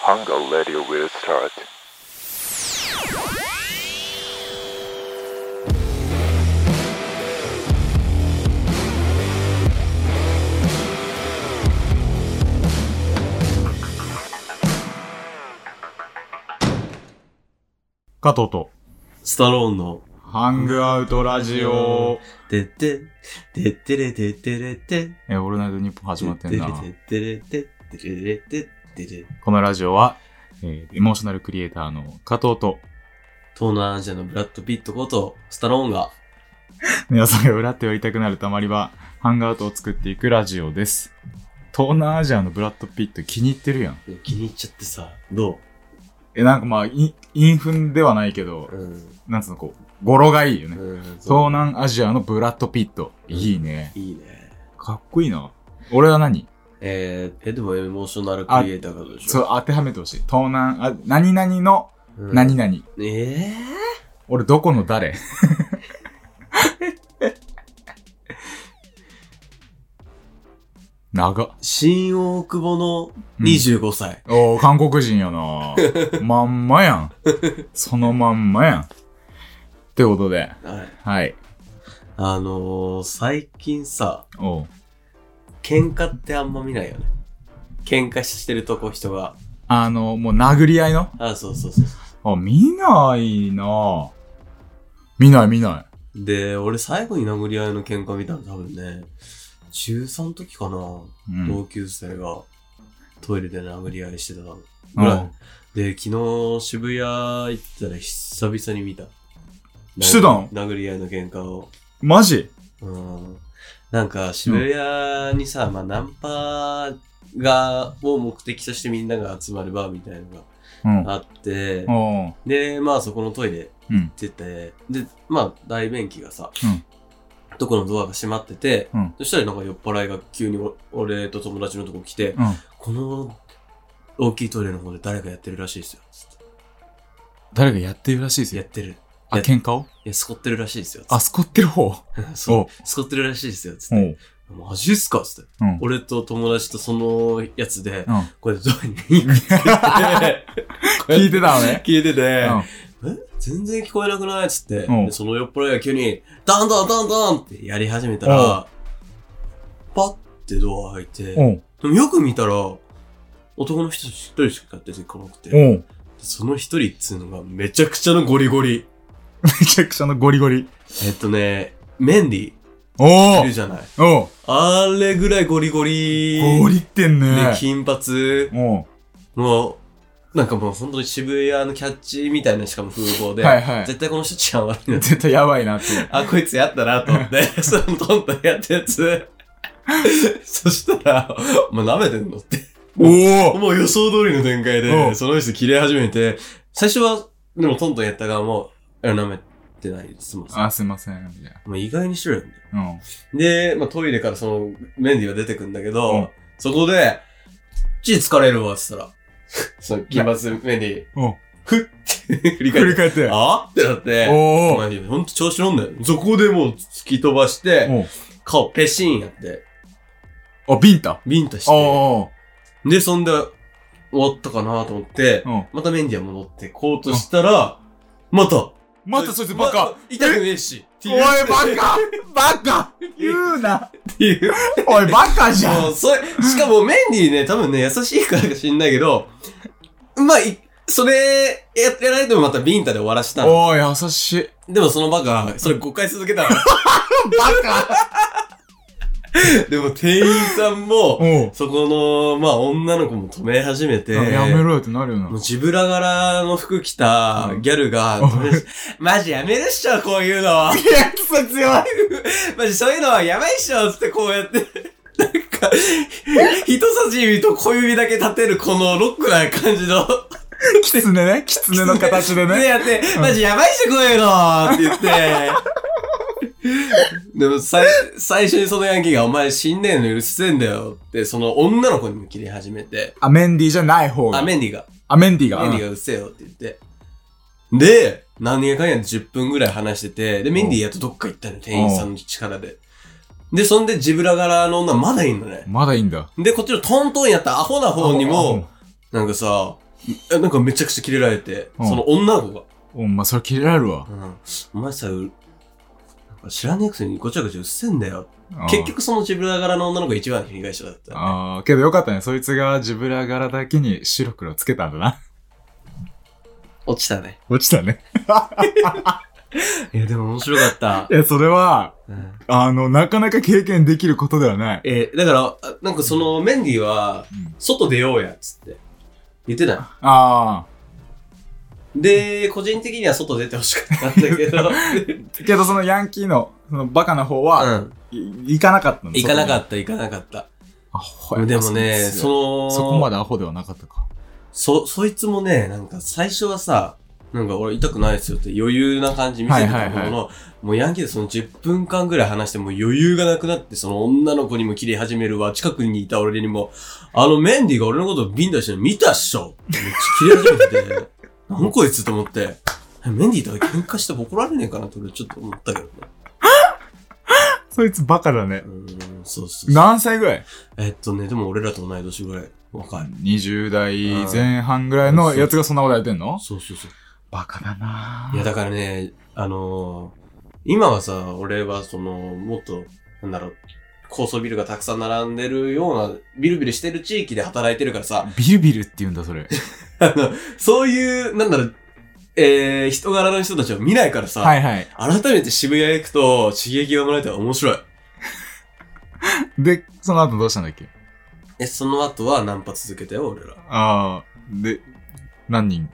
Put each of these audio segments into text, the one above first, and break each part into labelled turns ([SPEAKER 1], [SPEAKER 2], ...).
[SPEAKER 1] Hunger Radio will start.
[SPEAKER 2] 加藤と。
[SPEAKER 3] スタローンの、
[SPEAKER 2] ハングアウトラジオ。
[SPEAKER 3] てって、てってれてってれて、
[SPEAKER 2] え、オールナイトニッポン始まってんな。
[SPEAKER 3] てってれてってれて、てれてってれ。
[SPEAKER 2] このラジオは、えーエモーショナルクリエイターの加藤と、
[SPEAKER 3] 東南アジアのブラッド・ピットこと、スタローンが、
[SPEAKER 2] 皆さんが裏ってやりたくなるたまり場、ハングアウトを作っていくラジオです。東南アジアのブラッド・ピット気に入ってるやん。
[SPEAKER 3] 気に入っちゃってさ、ど
[SPEAKER 2] え、なんかまあ、インインフンではないけど
[SPEAKER 3] う、うん。
[SPEAKER 2] なんつうの、こう、語呂がいいよね。
[SPEAKER 3] うん。
[SPEAKER 2] 東南アジアのブラッド・ピット。
[SPEAKER 3] うん
[SPEAKER 2] いいね。
[SPEAKER 3] いいね。
[SPEAKER 2] かっこいいな。俺は何
[SPEAKER 3] えー、え、でもエモーショナルクリエイターがどうでしょ
[SPEAKER 2] そう、当てはめてほしい。東南、あ、何々の
[SPEAKER 3] うん。
[SPEAKER 2] 何々。
[SPEAKER 3] え
[SPEAKER 2] 俺どこの誰長っ
[SPEAKER 3] ー、新大久保の25歳。
[SPEAKER 2] おー、韓国人やなまんまやん。そのまんまやん。ってことで、
[SPEAKER 3] はい。
[SPEAKER 2] はい。
[SPEAKER 3] あのー、最近さ、
[SPEAKER 2] おう
[SPEAKER 3] 喧嘩ってあんま見ないよね。喧嘩してるとこ人が。
[SPEAKER 2] あの、もう殴り合いの
[SPEAKER 3] あ、そうそうそうそう。
[SPEAKER 2] あ、見ないな見ない見な
[SPEAKER 3] で、俺最後に殴り合いの喧嘩見たの多分ね、中3の時かな、
[SPEAKER 2] い。うん。
[SPEAKER 3] 同級生がトイレで殴り合いしてたの。
[SPEAKER 2] う
[SPEAKER 3] ぐら
[SPEAKER 2] ん
[SPEAKER 3] い。で、昨日渋谷行ったら久々に見た。
[SPEAKER 2] してたの
[SPEAKER 3] 殴り合いの喧嘩を。
[SPEAKER 2] マジ
[SPEAKER 3] うん。なんか渋谷にさ、まあナンパが、を目的としてみんなが集まるバーみたいの
[SPEAKER 2] うん。
[SPEAKER 3] があって、
[SPEAKER 2] おう
[SPEAKER 3] で、まあそこのトイレ
[SPEAKER 2] うん。
[SPEAKER 3] ってて、で、まあ、大便器がさ、
[SPEAKER 2] うん
[SPEAKER 3] どこのドアが閉まってて、
[SPEAKER 2] うん
[SPEAKER 3] そしたらなんか酔っ払いが急にお俺と友達のとこ来て、
[SPEAKER 2] うん。
[SPEAKER 3] この大きいトイレの方で誰かやってるらしいですよ。つっ
[SPEAKER 2] 誰がやってるらしいで
[SPEAKER 3] てやっ。てる。
[SPEAKER 2] あ、喧嘩を
[SPEAKER 3] いや、すこってるらしいですよ。つ
[SPEAKER 2] あ、
[SPEAKER 3] っ
[SPEAKER 2] スコってる方。
[SPEAKER 3] て
[SPEAKER 2] お
[SPEAKER 3] そうう。すこってるらしいですよ。つっ
[SPEAKER 2] お
[SPEAKER 3] て。
[SPEAKER 2] う
[SPEAKER 3] マジっすかつって。
[SPEAKER 2] うん。
[SPEAKER 3] 俺と友達とそのやつで、
[SPEAKER 2] うん。
[SPEAKER 3] これドアに行くって言って。
[SPEAKER 2] 聞いてたの ね。
[SPEAKER 3] 聞いてて、
[SPEAKER 2] うん
[SPEAKER 3] え全然聞こえなくないっつって、
[SPEAKER 2] うん
[SPEAKER 3] でその酔っ払いが急に、ダンダンダンダンってやり始めたら、パッてドア開いて、
[SPEAKER 2] おう
[SPEAKER 3] でもよく見たら、男の人一人しか出てこなくて、
[SPEAKER 2] おう
[SPEAKER 3] その一人っつうのがめちゃくちゃのゴリゴリ。
[SPEAKER 2] めちゃくちゃのゴリゴリ。
[SPEAKER 3] えっとね、メンディ
[SPEAKER 2] お
[SPEAKER 3] い
[SPEAKER 2] お
[SPEAKER 3] るじゃない。
[SPEAKER 2] おう
[SPEAKER 3] あれぐらいゴリゴリ。
[SPEAKER 2] ゴリってん
[SPEAKER 3] で
[SPEAKER 2] ね、。
[SPEAKER 3] 金髪。
[SPEAKER 2] おう
[SPEAKER 3] もう、なんかもう本当に渋谷のキャッチみたいなしかも風貌で、
[SPEAKER 2] はいはい。
[SPEAKER 3] 絶対この人治安悪いな
[SPEAKER 2] 絶対やばいなっていう。
[SPEAKER 3] あ、こいつやったなと 思って、そのトントンやったやつ。そしたら、お前舐めてんのって。
[SPEAKER 2] おお
[SPEAKER 3] もう予想通りの展開
[SPEAKER 2] う
[SPEAKER 3] で、
[SPEAKER 2] ん
[SPEAKER 3] その人切れ始めて、最初は、でもトントンやった側も、いや舐めてないですもん。
[SPEAKER 2] あ、すいません。みたい
[SPEAKER 3] まあ、意外にしろよ、みたい
[SPEAKER 2] な。うん。
[SPEAKER 3] な。で、まあ、トイレからその、メンディーが出てくんだけど、
[SPEAKER 2] うん
[SPEAKER 3] そこで、血疲れるわ、っつったら、 その、金髪メンディー、
[SPEAKER 2] うん
[SPEAKER 3] ふっって振り
[SPEAKER 2] 振
[SPEAKER 3] 返
[SPEAKER 2] り
[SPEAKER 3] って、
[SPEAKER 2] 返って。
[SPEAKER 3] あってなって、
[SPEAKER 2] おお
[SPEAKER 3] マジで、ほんと調子乗んだよ。そこでもう突き飛ばして、顔ペシーンやって、
[SPEAKER 2] おビンタ。
[SPEAKER 3] ビンタし
[SPEAKER 2] お
[SPEAKER 3] て、
[SPEAKER 2] お
[SPEAKER 3] で、そんで終わったかなと思って
[SPEAKER 2] う、ん。
[SPEAKER 3] またメンディア戻ってこうとしたら、また、
[SPEAKER 2] またそいつバカ。
[SPEAKER 3] 痛くねえし、って
[SPEAKER 2] お
[SPEAKER 3] いう
[SPEAKER 2] い、バカバカ言うな
[SPEAKER 3] っていう。
[SPEAKER 2] おい、バカじゃ
[SPEAKER 3] も
[SPEAKER 2] ん
[SPEAKER 3] う、それ、しかもメンディーね、多分ね、優しいからか知んないけど、まあ、いそれ、やってないとまたビンタで終わらしたの。
[SPEAKER 2] おお優しい。
[SPEAKER 3] でもそのバカ、それ5回続けた の。
[SPEAKER 2] バカ
[SPEAKER 3] でも店員さんも、
[SPEAKER 2] おう
[SPEAKER 3] そこの、まあ、女の子も止め始めて、
[SPEAKER 2] やめろよってなるよな
[SPEAKER 3] もう。ジブラ柄の服着たギャルが
[SPEAKER 2] うん、
[SPEAKER 3] 止める マジやめるっしょ、こういうのは。
[SPEAKER 2] いや、くそ強い
[SPEAKER 3] マジそういうのはやばいっしょ、つってこうやって。 なんか、人差し指と小指だけ立てるこのロックな感じの。
[SPEAKER 2] キツネね。キツネの形で
[SPEAKER 3] で
[SPEAKER 2] ね。
[SPEAKER 3] やって、マジやばいっしょ、こういうのって 言って。でも、最、最初にそのヤンキーが、お前死んねえの許せんだよって、その女の子にも切り始めて、
[SPEAKER 2] アメンディじゃない方
[SPEAKER 3] あ、
[SPEAKER 2] が。
[SPEAKER 3] メンディが。
[SPEAKER 2] アメンディが。
[SPEAKER 3] メンディーがうっせえよって言って。で、何やかんやで10分ぐらい話してて、で、メンディーやっとどっか行ったの、店員さんの力で。で、そんで、ジブラ柄の女まだいんのね
[SPEAKER 2] う。んまだいいんだ。
[SPEAKER 3] で、こっちのトントンやったアホな方にも、なんかさ、えなんかめちゃくちゃキレられて、
[SPEAKER 2] うん
[SPEAKER 3] その女の子が、
[SPEAKER 2] おんまあ、それ切れられるわ。
[SPEAKER 3] うん、お前さ、うなんか知らねえくせにごちゃごちゃうっせんだよ。
[SPEAKER 2] あー
[SPEAKER 3] 結。局そのジブラ柄の女の子が一番の被害者だった。
[SPEAKER 2] ああ、けどよかったね。そいつがジブラ柄だけに白黒つけたんだな。
[SPEAKER 3] 落ちたね。
[SPEAKER 2] 落ちたね。
[SPEAKER 3] いや、でも面白かった。
[SPEAKER 2] いや、それは、
[SPEAKER 3] うん
[SPEAKER 2] あの、なかなか経験できることではない。
[SPEAKER 3] えーだから、あなんかそのメンディーは
[SPEAKER 2] うん、
[SPEAKER 3] 外出ようや、っつって。言ってた
[SPEAKER 2] あ
[SPEAKER 3] で、個人的には外出てほしかったんだけ ど、
[SPEAKER 2] あ。けど、そのヤンキーの、そのバカな方
[SPEAKER 3] う
[SPEAKER 2] は、
[SPEAKER 3] ん。
[SPEAKER 2] い行かなかったの
[SPEAKER 3] 行かな
[SPEAKER 2] た。
[SPEAKER 3] かった、行かなかった。
[SPEAKER 2] アホや
[SPEAKER 3] でもね、そ
[SPEAKER 2] そ
[SPEAKER 3] の、
[SPEAKER 2] そこまでアホではなかったか。
[SPEAKER 3] そ、そいつもね、なんか最初はさ、なんか俺痛くないですよって余裕な感じ見せてたものの、
[SPEAKER 2] はいはい
[SPEAKER 3] もうヤンキーでその10分間ぐらい話してもう余裕がなくなって、その女の子にも切れ始めるわ、近くにいた俺にも、あのメンディーが俺のことをビンタしてるの見たっしょめっちゃ切れ始めてて、なんこいつと思って、えメンディーとは喧嘩して怒られねえかなと俺ちょっと思ったけどね。
[SPEAKER 2] そいつバカだね
[SPEAKER 3] う。ーん、そうそうそう
[SPEAKER 2] 何歳ぐらい
[SPEAKER 3] えっとね、でも俺らと同い年ぐらい。若い。
[SPEAKER 2] ?20 代前半ぐらいのやつがそんなことやってんの
[SPEAKER 3] そうそうそう。
[SPEAKER 2] バカだない
[SPEAKER 3] や、だからね、あのー今はさ、俺はその、もっと、なんだろう、高層ビルがたくさん並んでるような、ビルビルしてる地域で働いてるからさ、
[SPEAKER 2] ビルビルって言うんだ、それ。
[SPEAKER 3] あの、そういう、なんだろう、えー、人柄の人たちを見ないからさ、
[SPEAKER 2] はいはい。
[SPEAKER 3] 改めて渋谷へ行くと刺激がもらえて面白い。
[SPEAKER 2] で、その後どうしたんだっけ
[SPEAKER 3] え、その後はナンパ続けたよ、俺ら。
[SPEAKER 2] ああ、で、何人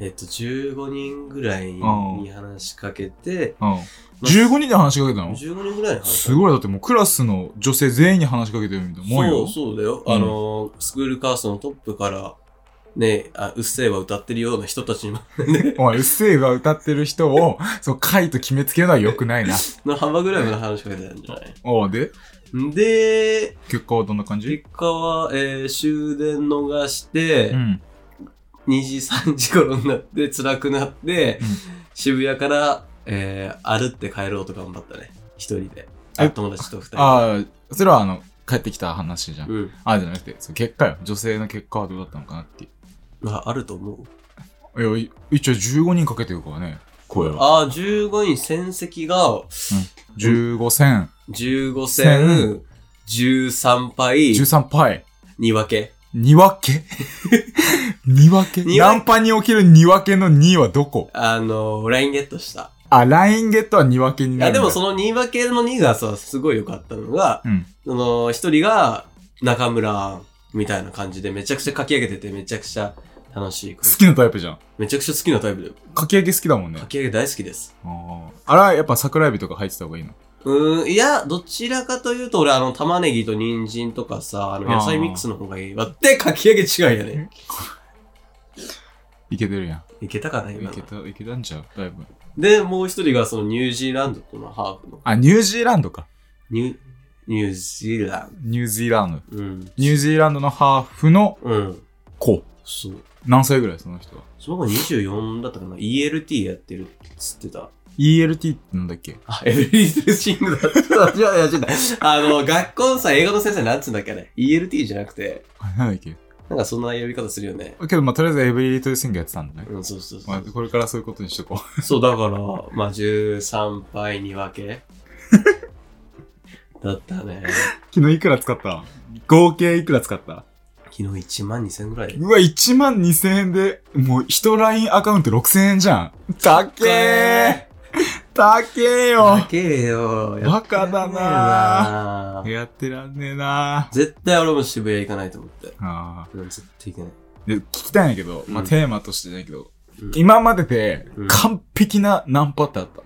[SPEAKER 3] えっと、15人ぐらいに話しかけて、
[SPEAKER 2] うん。
[SPEAKER 3] まあ
[SPEAKER 2] 15人で話しかけたの
[SPEAKER 3] 15人ぐらいに話しかけ
[SPEAKER 2] すごい、だってもうクラスの女性全員に話しかけてるみたいなもん
[SPEAKER 3] そ
[SPEAKER 2] よ
[SPEAKER 3] う。そうだよ。
[SPEAKER 2] うん
[SPEAKER 3] あのー、スクールカーストのトップから、ね、あうっせぇは歌ってるような人たちにも
[SPEAKER 2] お前、うっせぇが歌ってる人を、 そう、回と決めつけるのは 良くないな。
[SPEAKER 3] の幅ぐらいまで話しかけてたんじゃない
[SPEAKER 2] おうで、
[SPEAKER 3] で、
[SPEAKER 2] 結果はどんな感じ
[SPEAKER 3] 結果は、えー終電逃して、
[SPEAKER 2] うん。
[SPEAKER 3] 2時、3時頃になって、辛くなって、
[SPEAKER 2] うん
[SPEAKER 3] 渋谷から、えー歩って帰ろうと頑張ったね。一人で。
[SPEAKER 2] え
[SPEAKER 3] あ友達と二人で。
[SPEAKER 2] ああ、それはあの、帰ってきた話じゃん。
[SPEAKER 3] うん。
[SPEAKER 2] ああ、じゃなくて、そう結果よ。女性の結果はどうだったのかなってい
[SPEAKER 3] まあ、あると思う。
[SPEAKER 2] う。いや、い一応15人かけてるからね、声は。
[SPEAKER 3] ああ、15人戦績が、
[SPEAKER 2] 15戦、
[SPEAKER 3] 15戦、13敗、
[SPEAKER 2] 13パイ。
[SPEAKER 3] 2分け。
[SPEAKER 2] にわ けにわけ
[SPEAKER 3] にわ
[SPEAKER 2] ナンパにおけるにわけの2はどこ
[SPEAKER 3] あの、ラインゲットした。
[SPEAKER 2] あ、ラインゲットはにわけに
[SPEAKER 3] い
[SPEAKER 2] なる
[SPEAKER 3] や、
[SPEAKER 2] んだ。
[SPEAKER 3] でもその2分けの2がさ、すごい良かったのが、
[SPEAKER 2] うん。
[SPEAKER 3] その、一人が中村みたいな感じでめちゃくちゃ書き上げてて、めちゃくちゃ楽しい子。
[SPEAKER 2] 好きなタイプじゃん。
[SPEAKER 3] めちゃくちゃ好きなタイプだよ。
[SPEAKER 2] かき揚げ好きだもんね
[SPEAKER 3] 書。き上げ大好きです。
[SPEAKER 2] あーあら、やっぱ桜エビとか入ってた方がいいの
[SPEAKER 3] うーん、いや、どちらかというと、俺、あの、玉ねぎと人参とかさ、あの、野菜ミックスの方がいいわって、書き上げ違いやね。
[SPEAKER 2] いけてるや
[SPEAKER 3] いけたかな、
[SPEAKER 2] ん。い
[SPEAKER 3] 今の
[SPEAKER 2] け。た、いけたんちゃうだいぶ。
[SPEAKER 3] で、もう一人が、その、ニュージーランドとのハーフの。
[SPEAKER 2] あ、ニュージーランドか。
[SPEAKER 3] ニュ、ニュージーラン
[SPEAKER 2] ニュージーランド。
[SPEAKER 3] ド。うん。
[SPEAKER 2] ニュージーランドのハーフの
[SPEAKER 3] うん。
[SPEAKER 2] 子。
[SPEAKER 3] そう。
[SPEAKER 2] 何歳ぐらいその人は。
[SPEAKER 3] その子24だったかな ?ELT やってるっつってた。
[SPEAKER 2] ELT ってなんだっ け
[SPEAKER 3] あ、エブリリスシングだった。いやいや、ちょっと。あの、学校のさ、英語の先生なんつうんだっけあれ ?ELT じゃなくて、
[SPEAKER 2] あ なんだっけ
[SPEAKER 3] なんかそんな呼び方するよね。
[SPEAKER 2] けど、まあ、とりあえずエブリリトルシングやってたんだね。
[SPEAKER 3] うん、そうそうそ
[SPEAKER 2] まあ、
[SPEAKER 3] う。
[SPEAKER 2] これからそういうことにしとこう。
[SPEAKER 3] そう、だから、まあ、13敗に分け。 だったね。
[SPEAKER 2] 昨日いくら使った合計いくら使った
[SPEAKER 3] 昨日1万2000ぐらい。
[SPEAKER 2] うわ、1万2000円で、もう、一 LINE アカウント6000円じゃん。たっけーたっけーよ
[SPEAKER 3] だけよ。
[SPEAKER 2] バカだな
[SPEAKER 3] ぁ。
[SPEAKER 2] やってらんねえな
[SPEAKER 3] 絶対俺も渋谷行かないと思って。
[SPEAKER 2] あ
[SPEAKER 3] うん、絶対行けない。
[SPEAKER 2] ーで、聞きたいんやけど、まあ、
[SPEAKER 3] うん
[SPEAKER 2] テーマとしてじゃないけど、
[SPEAKER 3] うん
[SPEAKER 2] 今までで
[SPEAKER 3] うん
[SPEAKER 2] 完璧なナンパってあった。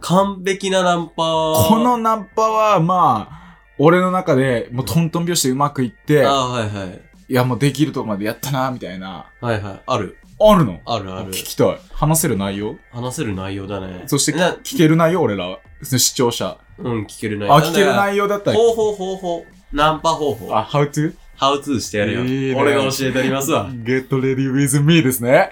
[SPEAKER 3] 完璧なナンパ
[SPEAKER 2] このナンパは、まあ、俺の中で、もうトントン拍子でうまくいって、
[SPEAKER 3] あはいはい。
[SPEAKER 2] いや、もうできるとこまでやったな、みたいな。
[SPEAKER 3] はいはい。ある。
[SPEAKER 2] あるの
[SPEAKER 3] あるある
[SPEAKER 2] 聞。きたい。話せる内容
[SPEAKER 3] 話せる内容だね。
[SPEAKER 2] そして
[SPEAKER 3] な
[SPEAKER 2] 聞ける内容俺ら、その視聴者。
[SPEAKER 3] うん、聞ける内容。
[SPEAKER 2] あ、聞ける
[SPEAKER 3] だから
[SPEAKER 2] 内容だったら、
[SPEAKER 3] 方法、方法。ナンパ方法。
[SPEAKER 2] あ、how to?
[SPEAKER 3] How to してやるよ。
[SPEAKER 2] いいね
[SPEAKER 3] 俺が教えておりますわ。
[SPEAKER 2] Get ready with me ですね。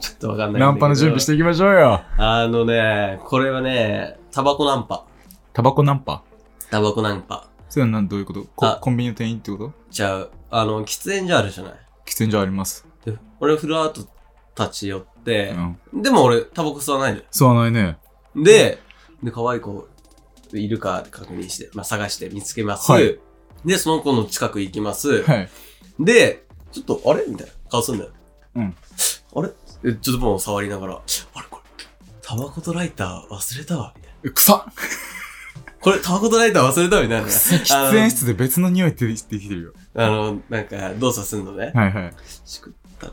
[SPEAKER 3] ちょっとわかんない。。
[SPEAKER 2] ナンパの準備してていきましょうよ。
[SPEAKER 3] あのね、これはね、タバコナンパ。
[SPEAKER 2] タバコナンパ
[SPEAKER 3] タバコナンパ。
[SPEAKER 2] それはなんどういうこと
[SPEAKER 3] あ
[SPEAKER 2] こコンビニの店員ってこと
[SPEAKER 3] じゃあ、あの、喫煙所あるじゃない。
[SPEAKER 2] 喫煙所あります。
[SPEAKER 3] で俺ふらーっと立ち寄って
[SPEAKER 2] う、ん。
[SPEAKER 3] でも俺タバコ吸わないのよ
[SPEAKER 2] 吸わないね。
[SPEAKER 3] で、で、可愛い子いるかって確認して、まあ、探して見つけます、
[SPEAKER 2] はい
[SPEAKER 3] で、その子の近く行きます。
[SPEAKER 2] はい。
[SPEAKER 3] で、ちょっと、あれみたいな顔すんだよ。
[SPEAKER 2] うん。
[SPEAKER 3] あれえちょっともう触りながら、あれこれ、タバコとライター忘れたわ。みたいな
[SPEAKER 2] 臭っ
[SPEAKER 3] これ、タバコとライター忘れたわみたい な。
[SPEAKER 2] 喫煙室で別の匂いって出てきてるよ。
[SPEAKER 3] あの、なんか、動作するのね。
[SPEAKER 2] はいはい。
[SPEAKER 3] しくったの。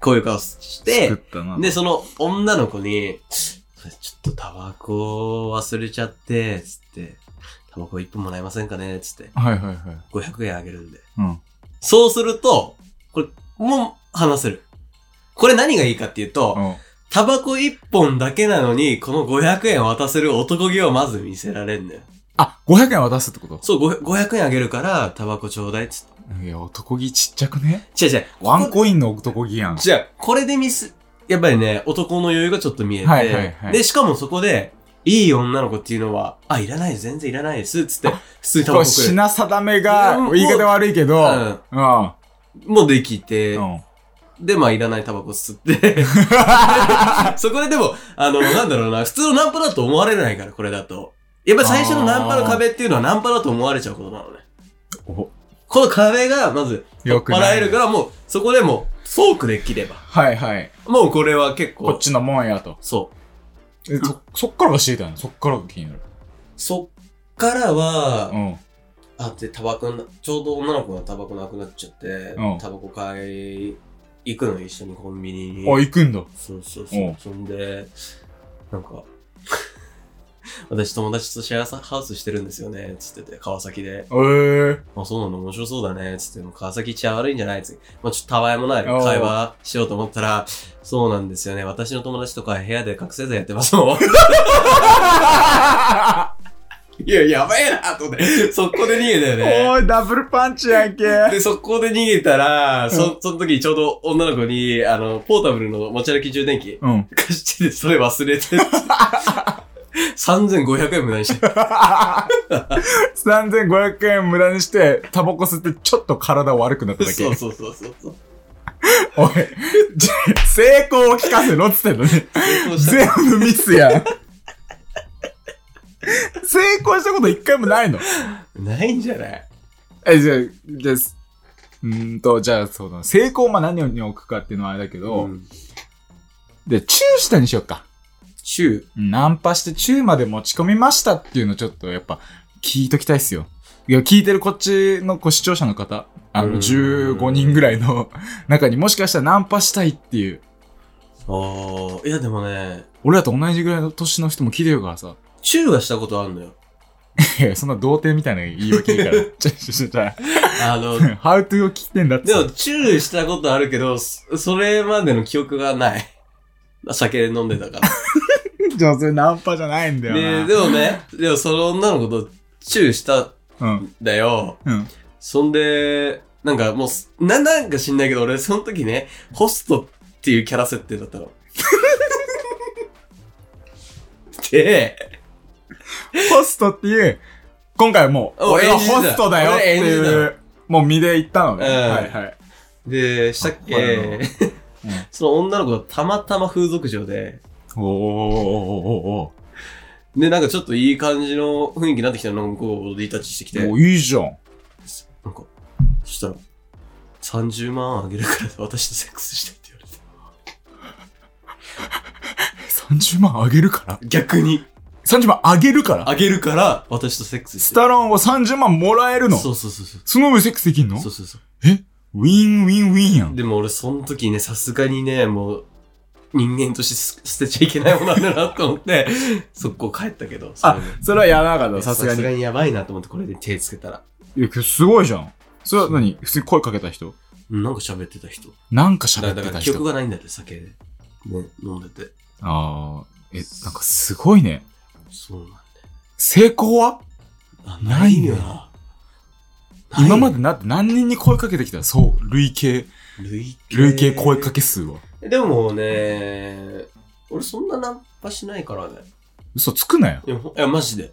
[SPEAKER 3] こういう顔し、
[SPEAKER 2] 作ってたな。
[SPEAKER 3] で、その女の子に、ちょっとタバコ忘れちゃって、つって、タバコ一本もらえませんかねつって、
[SPEAKER 2] はいはいはい。
[SPEAKER 3] 500円あげるんで。
[SPEAKER 2] うん。
[SPEAKER 3] そうすると、これ、もう話せる。これ何がいいかっていうと、
[SPEAKER 2] うん
[SPEAKER 3] タバコ一本だけなのに、この500円を渡せる男気をまず見せられんのよ。
[SPEAKER 2] あ、500円渡すってこと
[SPEAKER 3] そう、500 500円あげるから、タバコちょうだいっつっ
[SPEAKER 2] いや、男気ちっちゃくね
[SPEAKER 3] て。違う違う。
[SPEAKER 2] ワンコインの男気やん。
[SPEAKER 3] じゃあ、これでミス、やっぱりね、男の余裕がちょっと見えて、
[SPEAKER 2] はいはいはい
[SPEAKER 3] で、しかもそこで、いい女の子っていうのは、あ、いらない、全然いらないです、つって、普通にタ
[SPEAKER 2] こ
[SPEAKER 3] バ
[SPEAKER 2] れ
[SPEAKER 3] コくれる。
[SPEAKER 2] 品定めが、言い方悪いけど、
[SPEAKER 3] うん
[SPEAKER 2] うん。
[SPEAKER 3] もうできて、
[SPEAKER 2] うん。
[SPEAKER 3] で、まあ、いらないタバコ吸 って、そこででも、あの、なんだろうな、普通のナンパだと思われないから、これだと。やっぱり最初のナンパの壁っていうのはナンパだと思われちゃうことなのね。
[SPEAKER 2] お
[SPEAKER 3] この壁が、まず、
[SPEAKER 2] よくな
[SPEAKER 3] 笑
[SPEAKER 2] い
[SPEAKER 3] えるから、もう、そこでもう、フォークで切れば。
[SPEAKER 2] はいはい。
[SPEAKER 3] もうこれは結構、
[SPEAKER 2] こっちのもんやと。
[SPEAKER 3] そう。
[SPEAKER 2] えそ、そっからが知りたいのそっからが気になる。
[SPEAKER 3] そっからは、
[SPEAKER 2] うん。
[SPEAKER 3] あ、で、タバコな、ちょうど女の子がタバコなくなっちゃって、
[SPEAKER 2] うん
[SPEAKER 3] タバコ買い、行くの一緒にコンビニに。
[SPEAKER 2] あ、行くんだ。
[SPEAKER 3] そうそうそうう。そんで、なんか、私友達とシェアハウスしてるんですよね、つってて、川崎で。
[SPEAKER 2] えー。
[SPEAKER 3] あ、そうなの面白そうだね、つって、もう川崎治安悪いんじゃないつって、まあちょっとたわいもない
[SPEAKER 2] おう
[SPEAKER 3] 会話しようと思ったら、そうなんですよね、私の友達とか部屋で覚醒剤やってますもん。 いや、やばいな、とで、速攻で逃げたよね。
[SPEAKER 2] おい、ダブルパンチやんけ。
[SPEAKER 3] で、速攻で逃げたら、そ、その時ちょうど女の子に、あの、ポータブルの持ち歩き充電器
[SPEAKER 2] うん。
[SPEAKER 3] 貸してて、それ忘れ て。3500円無駄にして。
[SPEAKER 2] 3500円無駄にして、タバコ吸ってちょっと体悪くなっただけ。
[SPEAKER 3] そうそうそうそうそう。
[SPEAKER 2] おい、じ成功を聞かせろっつってんのに。
[SPEAKER 3] 成功した。
[SPEAKER 2] 全部ミスやん。成功したこと一回もないの。
[SPEAKER 3] ないんじゃない
[SPEAKER 2] え、じゃあ、じゃあ、すうーんと、じゃあ、そうだな。成功をまあ何に置くかっていうのはあれだけど、
[SPEAKER 3] うん
[SPEAKER 2] で、チューしたにしようか。
[SPEAKER 3] 中。
[SPEAKER 2] うんナンパしてチューまで持ち込みましたっていうのちょっとやっぱ聞いときたいっすよ。いや、聞いてるこっちのこう視聴者の方、あ
[SPEAKER 3] うん
[SPEAKER 2] の、15人ぐらいの中にもしかしたらナンパしたいっていう、
[SPEAKER 3] ああ、いやでもね、
[SPEAKER 2] 俺らと同じぐらいの年の人も聞いてるからさ、
[SPEAKER 3] 中はしたことあるのよ。
[SPEAKER 2] いや、そんな童貞みたいな言い訳いいから。ちょ、ちょ、ちょ、ちょ、
[SPEAKER 3] あ の、
[SPEAKER 2] ハウトゥーを聞いてんだって
[SPEAKER 3] で。も中したことあるけど、そそれまでの記憶がない。酒飲んでたから。
[SPEAKER 2] 女性ナンパじゃないんだよ
[SPEAKER 3] で、
[SPEAKER 2] な。
[SPEAKER 3] でもね、でもその女の子とチューしたん
[SPEAKER 2] うん。
[SPEAKER 3] だよ。
[SPEAKER 2] うん。
[SPEAKER 3] そんで、なんかもうす、な、なんか知んないけど、俺その時ね、ホストっていうキャラ設定 だったの。で、
[SPEAKER 2] ホストっていう、今回はもう、
[SPEAKER 3] お
[SPEAKER 2] 俺は
[SPEAKER 3] 演じてた
[SPEAKER 2] ホストだよって
[SPEAKER 3] 俺
[SPEAKER 2] い
[SPEAKER 3] 演
[SPEAKER 2] う、もう身で言ったのね。
[SPEAKER 3] うん
[SPEAKER 2] はいはい。
[SPEAKER 3] で、したっ
[SPEAKER 2] あはいは
[SPEAKER 3] け
[SPEAKER 2] い、
[SPEAKER 3] その女の子がたまたま風俗嬢で、
[SPEAKER 2] おーお
[SPEAKER 3] で、なんかちょっといい感じの雰囲気になってきたの、なんかこう、リタッチしてき
[SPEAKER 2] ーおーおーお
[SPEAKER 3] て、
[SPEAKER 2] ーお
[SPEAKER 3] なん
[SPEAKER 2] ーいいじゃん。
[SPEAKER 3] か、そしたら、30万あげるから 私とセックスしてって言われて。
[SPEAKER 2] 30万あげるから
[SPEAKER 3] 逆に、
[SPEAKER 2] ?30 万あげるから
[SPEAKER 3] あげるから私とセックスし
[SPEAKER 2] ス
[SPEAKER 3] て。
[SPEAKER 2] タローンは30万もらえるの
[SPEAKER 3] そうそうそうそう。
[SPEAKER 2] その上セックスできんの
[SPEAKER 3] そうそうそう。
[SPEAKER 2] ウィンウィンウィンやん。
[SPEAKER 3] でも俺その時ね、さすがにね、もう、人間としてす捨てちゃいけないものなんだなと思って、 速攻帰ったけど。
[SPEAKER 2] あ
[SPEAKER 3] そ、
[SPEAKER 2] それはやらなかっ
[SPEAKER 3] れ
[SPEAKER 2] た、さ
[SPEAKER 3] ね
[SPEAKER 2] すがに。
[SPEAKER 3] やばいなと思って、これで手つけたら。
[SPEAKER 2] いや、すごいじゃん。それは何普通に声かけた人
[SPEAKER 3] うんなんか喋ってた人。
[SPEAKER 2] なんか
[SPEAKER 3] だ
[SPEAKER 2] 喋
[SPEAKER 3] から、
[SPEAKER 2] っ
[SPEAKER 3] だ
[SPEAKER 2] て
[SPEAKER 3] か
[SPEAKER 2] た
[SPEAKER 3] ら記憶
[SPEAKER 2] 人。
[SPEAKER 3] がないんだって、酒で。ね、飲んでて。
[SPEAKER 2] ああ、え、なんかすごいね。
[SPEAKER 3] そうなんだよ。
[SPEAKER 2] 成功は
[SPEAKER 3] あ
[SPEAKER 2] ないね
[SPEAKER 3] な。
[SPEAKER 2] 今までなって何人に声かけてきたそう、累計、
[SPEAKER 3] で、累計
[SPEAKER 2] 累計声かけ数は。
[SPEAKER 3] でもね、俺そんなナンパしないからね。
[SPEAKER 2] 嘘つくなよ。
[SPEAKER 3] いや、ほんいやマジで。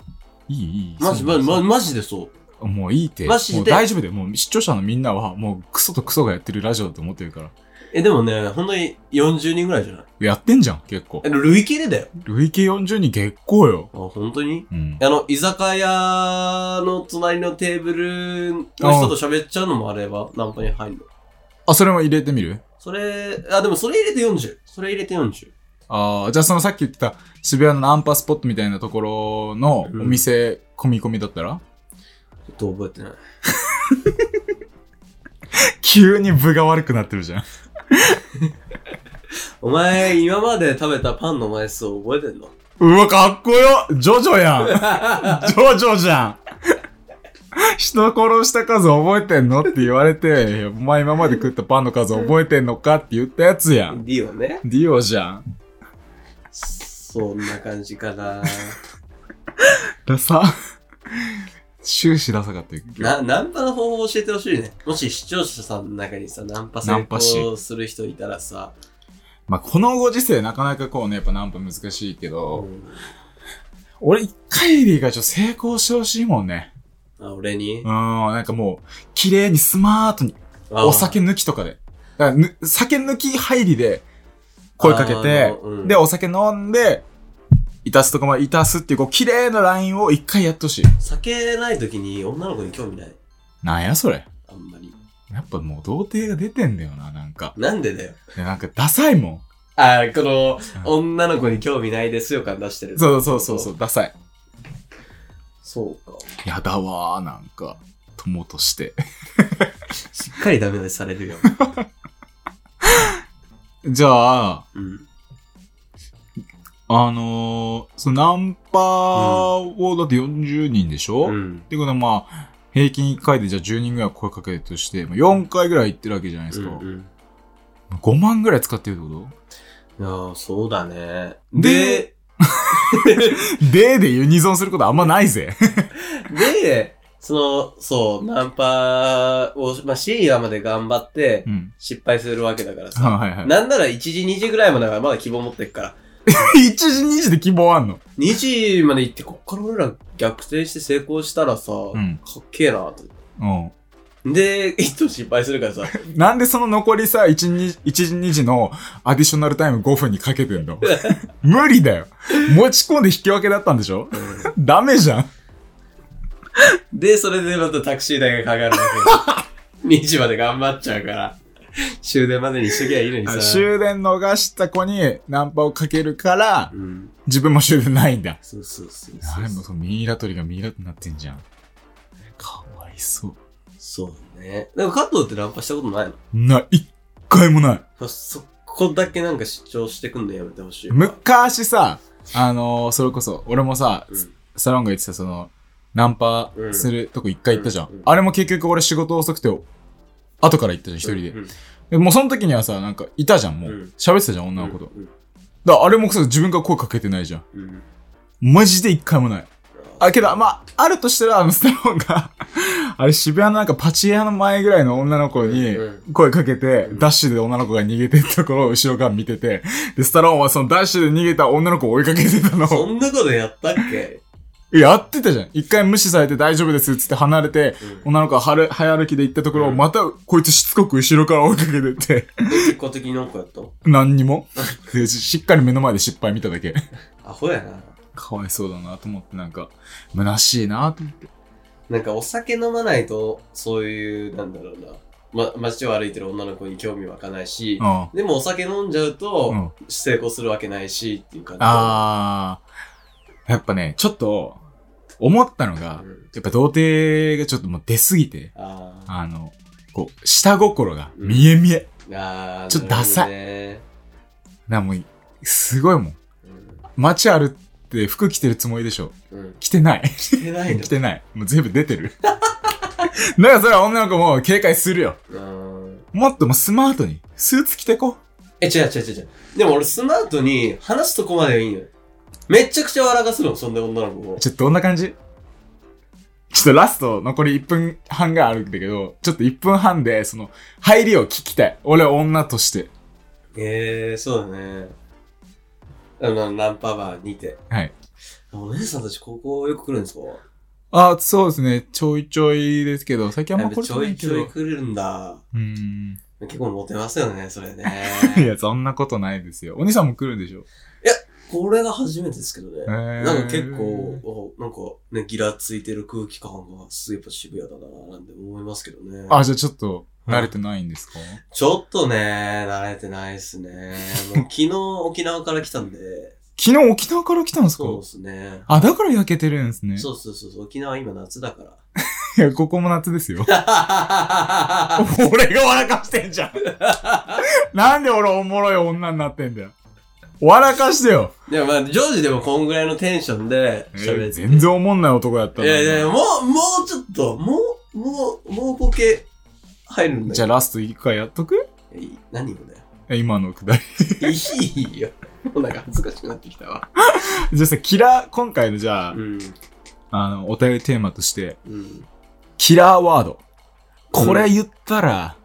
[SPEAKER 2] いい、いい。
[SPEAKER 3] マジ、
[SPEAKER 2] そんな
[SPEAKER 3] マジ、マジでそう。
[SPEAKER 2] もういいって。
[SPEAKER 3] マジで
[SPEAKER 2] もう大丈夫だよ。もう視聴者のみんなは、もうクソとクソがやってるラジオだと思ってるから。
[SPEAKER 3] え、でもね、ほんとに40人ぐらいじゃない
[SPEAKER 2] やってんじゃん、結構
[SPEAKER 3] え、。累計でだよ。
[SPEAKER 2] 累計40人結構よ。
[SPEAKER 3] あ、ほんとに
[SPEAKER 2] うん。
[SPEAKER 3] あの、居酒屋の隣のテーブルの人と喋っちゃうのもあれば、ナンパに入るの。
[SPEAKER 2] あ、それも入れてみる
[SPEAKER 3] それ、あ、でもそれ入れて40。それ入れて40。
[SPEAKER 2] ああ、じゃあそのさっき言ってた渋谷のナンパスポットみたいなところのお店、込み込みだったら
[SPEAKER 3] ちょっと覚えてない。
[SPEAKER 2] 急に分が悪くなってるじゃん。
[SPEAKER 3] お前、今まで食べたパンの枚数を覚えて んの
[SPEAKER 2] うわ、かっこよジョジョやんジョジョじゃん人殺した数覚えてんのって言われて、いやお前今まで食ったパンの数覚えてんのかって言ったやつやん。
[SPEAKER 3] ?D はね。
[SPEAKER 2] ディオじゃん。
[SPEAKER 3] そんな感じかな。
[SPEAKER 2] ダサ。終始ダサかったよ。今日
[SPEAKER 3] な、ナンパの方法を教えてほしいね。もし視聴者さんの中にさ、ナンパ成
[SPEAKER 2] ナンパし
[SPEAKER 3] 功する人いたらさ、
[SPEAKER 2] まあ、このご時世なかなかこうね、やっぱナンパ難しいけど、
[SPEAKER 3] うん
[SPEAKER 2] 俺一回でいいからちょっと成功してほしいもんね。
[SPEAKER 3] あ俺に
[SPEAKER 2] うん、なんかもう、綺麗にスマートに、
[SPEAKER 3] あ
[SPEAKER 2] お酒抜きとかで。だからぬ酒抜き入りで声かけ
[SPEAKER 3] あ
[SPEAKER 2] て
[SPEAKER 3] ー、うん
[SPEAKER 2] で、お酒飲んで、いたすとこまでいたすっていう、こう、綺麗なラインを一回やってほしい。
[SPEAKER 3] 酒ない時に女の子に興味ない。
[SPEAKER 2] なんやそれ。
[SPEAKER 3] あんまり。
[SPEAKER 2] やっぱもう童貞が出てんだよな、なんか。
[SPEAKER 3] なんでだよ。
[SPEAKER 2] いやなんかダサいもん。
[SPEAKER 3] あーこの、女の子に興味ないですよ感出してる。
[SPEAKER 2] そうそうそうそう、。ダサい。
[SPEAKER 3] そうか。
[SPEAKER 2] やだわー、なんか。友として。
[SPEAKER 3] しっかりダメ出しされ るよ。
[SPEAKER 2] じゃあ、
[SPEAKER 3] うん。
[SPEAKER 2] あのー、そのナンパを、だって40人でしょ、
[SPEAKER 3] う
[SPEAKER 2] っ
[SPEAKER 3] ん
[SPEAKER 2] ていうことはまあ、平均1回でじゃあ10人ぐらい声かけるとして、まあ、4回ぐらい行ってるわけじゃないですか。
[SPEAKER 3] うんうん
[SPEAKER 2] 5万ぐらい使ってるってこ
[SPEAKER 3] いやーそうだね。
[SPEAKER 2] で
[SPEAKER 3] で、
[SPEAKER 2] と ででユニゾンすることあんまないぜ。
[SPEAKER 3] で、その、そう、ナンパを、まあ、深夜まで頑張って
[SPEAKER 2] う、ん。
[SPEAKER 3] 失敗するわけだからさ。
[SPEAKER 2] はい はいは
[SPEAKER 3] なんなら1時、2時ぐらいまではまだ希望持ってくから。
[SPEAKER 2] い。1時2時で希望あんの。
[SPEAKER 3] 2時まで行って、こっから俺ら逆転して成功したらさ、
[SPEAKER 2] ん
[SPEAKER 3] かっけえなと。
[SPEAKER 2] う
[SPEAKER 3] で、一頭失敗するからさ、
[SPEAKER 2] ん。なんでその残りさ、1, 時1時2時のアディショナルタイム5分にかけて んの無理だよ。持ち込んで引き分けだったんでしょダメじゃん。
[SPEAKER 3] で、それでまたタクシー代がかかるわ けよ。2時まで頑張っちゃうから、終電までにしときゃいいのにさ。
[SPEAKER 2] 終電逃した子にナンパをかけるから、
[SPEAKER 3] うん。
[SPEAKER 2] 自分も終電ないんだ。
[SPEAKER 3] そうそうそう
[SPEAKER 2] あ
[SPEAKER 3] そ
[SPEAKER 2] れ
[SPEAKER 3] う
[SPEAKER 2] もそのミイラ取りがミイラになってんじゃん。かわいそう。
[SPEAKER 3] そうね。でも加藤ってナンパしたことないの
[SPEAKER 2] な、一回もない。
[SPEAKER 3] そそこだけなんか主張してくんのやめてほしい。
[SPEAKER 2] 昔さ、あのーそれこそ、俺もさ、
[SPEAKER 3] うん
[SPEAKER 2] サロンが言ってたその、ナンパするとこ一回行ったじゃん。
[SPEAKER 3] うんうんうん
[SPEAKER 2] あれも結局俺仕事遅くて、後から行ったじゃん、一人で。
[SPEAKER 3] うん
[SPEAKER 2] でもうその時にはさ、なんかいたじゃん、もう
[SPEAKER 3] うん。
[SPEAKER 2] 喋、ってたじゃん、女の子と。
[SPEAKER 3] うん
[SPEAKER 2] だからあれもさ、自分から声かけてないじゃん。
[SPEAKER 3] うんうん
[SPEAKER 2] マジで一回もない。
[SPEAKER 3] あ
[SPEAKER 2] あ、けど、まあ、あるとしたら、あの、スタローンが、 あれ、渋谷のなんかパチ屋の前ぐらいの女の子に
[SPEAKER 3] う
[SPEAKER 2] 声かけて、
[SPEAKER 3] うん
[SPEAKER 2] ダッシュで女の子が逃げてったところを後ろから見てて、で、スタローンはそのダッシュで逃げた女の子を追いかけてたの
[SPEAKER 3] そ
[SPEAKER 2] を、
[SPEAKER 3] んなことやったっけ、
[SPEAKER 2] やってたじゃん。一回無視されて大丈夫ですっつって離れて、
[SPEAKER 3] うん、
[SPEAKER 2] 女の子がはる早歩きで行ったところを、
[SPEAKER 3] うん
[SPEAKER 2] また、こいつしつこく後ろから追いかけてって、
[SPEAKER 3] 結果的になんかやった
[SPEAKER 2] 何にも。でししっかり目の前で失敗見ただけ。
[SPEAKER 3] アホやな。
[SPEAKER 2] かわいそうだなと思って、なんか、虚しいなと思って。
[SPEAKER 3] なんかお酒飲まないと、そういう、なんだろうな。ま、街を歩いてる女の子に興味湧かないし、
[SPEAKER 2] うん。
[SPEAKER 3] でもお酒飲んじゃうと、
[SPEAKER 2] うん
[SPEAKER 3] 成功するわけないしっていう感じ。
[SPEAKER 2] ああ、やっぱね、ちょっと、思ったの
[SPEAKER 3] あ
[SPEAKER 2] が
[SPEAKER 3] う、ん、
[SPEAKER 2] やっぱ童貞がちょっともう出すぎて、
[SPEAKER 3] あー
[SPEAKER 2] あの、こう、下心が見え見え。
[SPEAKER 3] あー。
[SPEAKER 2] ちょっとダサい
[SPEAKER 3] なる
[SPEAKER 2] な、もう、すごいもん。
[SPEAKER 3] ほどね
[SPEAKER 2] 街歩って服着てるつもりでしょ。
[SPEAKER 3] うん。うん。
[SPEAKER 2] 着てない。
[SPEAKER 3] 着 てないの
[SPEAKER 2] 着てない。もう全部出てる。 だからそれは女の子も警戒するよ。
[SPEAKER 3] うん。
[SPEAKER 2] もっともうスマートに、スーツ着てこ。
[SPEAKER 3] え、違う違う違う違う。でも俺スマートに話すとこまではいいのよ。めちゃくちゃ笑かすの、そんで女の 子を。
[SPEAKER 2] ちょっとどんな感じちょっとラスト残り1分半があるんだけど、ちょっと1分半でその入りを聞きたい。俺女として。
[SPEAKER 3] えー、そうだね。あの、ナンパバーにて。
[SPEAKER 2] はい。
[SPEAKER 3] お姉さんたちここよく来るんですか
[SPEAKER 2] ああ、そうですね。ちょいちょいですけど、最近あんま来れ
[SPEAKER 3] ち
[SPEAKER 2] て
[SPEAKER 3] ょ
[SPEAKER 2] ない
[SPEAKER 3] い
[SPEAKER 2] け
[SPEAKER 3] ち
[SPEAKER 2] ど。
[SPEAKER 3] ょいう来るんだ。
[SPEAKER 2] ーん。
[SPEAKER 3] 結構モテますよね、それね。
[SPEAKER 2] いや、そんなことないですよ。お兄さんも来るんでしょ
[SPEAKER 3] これが初めてですけどね。
[SPEAKER 2] へー
[SPEAKER 3] なんか結構、おなんかね、ギラついてる空気感がすげえやっぱ渋谷だな、なんて思いますけどね。
[SPEAKER 2] あ、じゃあちょっと、慣れてないんですか、
[SPEAKER 3] ちょっとね、慣れてないですね。 もう昨日沖縄から来たんで、
[SPEAKER 2] 昨日沖縄から来たんですか
[SPEAKER 3] そうですね。
[SPEAKER 2] あ、だから焼けてるんですね。
[SPEAKER 3] そうそうそうそう、沖縄今夏だか。
[SPEAKER 2] いや、ここも夏ですよ
[SPEAKER 3] ら。
[SPEAKER 2] 俺が笑かしてんじゃん。なんで俺おもろい女になってんだよ。笑かしてよ。
[SPEAKER 3] でもまあ、ジョージでもこんぐらいのテンションで喋って。
[SPEAKER 2] 全然おもんない男やった
[SPEAKER 3] い
[SPEAKER 2] な
[SPEAKER 3] やいや、もう、もうちょっと、もう、もう、もうボケ入るんだ
[SPEAKER 2] じゃあ
[SPEAKER 3] よ。
[SPEAKER 2] ラスト一回やっとく
[SPEAKER 3] いやいい何をだよ。
[SPEAKER 2] え今のくだり。
[SPEAKER 3] いいよ。もうなんか恥ずかしくなってきたわ。
[SPEAKER 2] じゃあさ、キラー、今回のじゃあ、
[SPEAKER 3] うん。
[SPEAKER 2] あの、お便りテーマとして、
[SPEAKER 3] うん。
[SPEAKER 2] キラーワード。これ言ったら、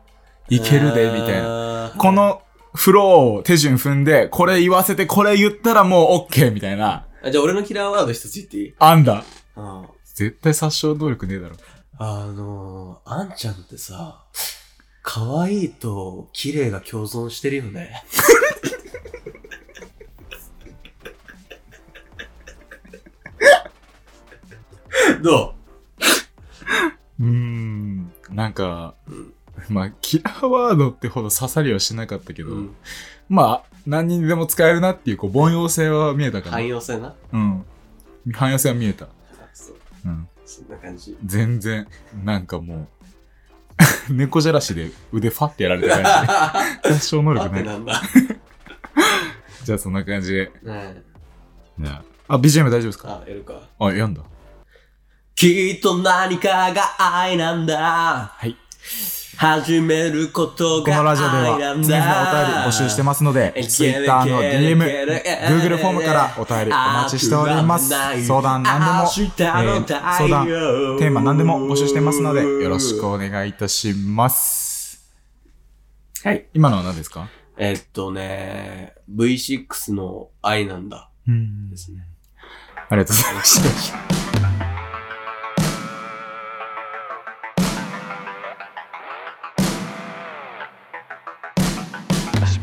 [SPEAKER 2] いけるで、みたいな。
[SPEAKER 3] な
[SPEAKER 2] こ、の、フローを手順踏んで、これ言わせて、これ言ったらもう OK みたいな。
[SPEAKER 3] あじゃあ俺のキラーワード一つ言っていい
[SPEAKER 2] あんだ。
[SPEAKER 3] あ
[SPEAKER 2] 絶対殺傷能力ねえだろ。
[SPEAKER 3] あのー、あんちゃんってさ、可愛いと綺麗が共存してるよ ね。ど
[SPEAKER 2] うーん、なんか、まあ、キラーワードってほど刺さりはしなかったけ
[SPEAKER 3] う、
[SPEAKER 2] ど、まあ、何にでも使えるなっていう、こう、凡庸性は見えたかな。
[SPEAKER 3] 汎用性な。
[SPEAKER 2] うん。汎用性は見えた。
[SPEAKER 3] そう
[SPEAKER 2] うん。
[SPEAKER 3] そんな感じ。
[SPEAKER 2] 全然、なんかもう、 猫じゃらしで腕ファってやられてない。 殺傷能
[SPEAKER 3] あ
[SPEAKER 2] 力
[SPEAKER 3] って
[SPEAKER 2] ない。
[SPEAKER 3] なんだ。
[SPEAKER 2] じゃあそんな感じで。
[SPEAKER 3] うん。
[SPEAKER 2] じゃあ、あ BGM 大丈夫ですか
[SPEAKER 3] あ、やるか。
[SPEAKER 2] あ、読んだ。
[SPEAKER 3] きっと何かが愛なんだ。
[SPEAKER 2] はい。
[SPEAKER 3] 始めること
[SPEAKER 2] こ
[SPEAKER 3] が
[SPEAKER 2] のラジオで
[SPEAKER 3] 愛な
[SPEAKER 2] は
[SPEAKER 3] んだ。
[SPEAKER 2] 常々お便り募集してますので、Twitter の DM、Google フォームからお便りお待ちしております。相談何でも、えー相談、テーマ何でも募集してますので、よろしくお願いいたします。
[SPEAKER 3] はい。
[SPEAKER 2] 今のは何ですか
[SPEAKER 3] えっとね、V6 の愛なんだ。
[SPEAKER 2] うん。
[SPEAKER 3] ですね。
[SPEAKER 2] ありがとうございました。
[SPEAKER 1] A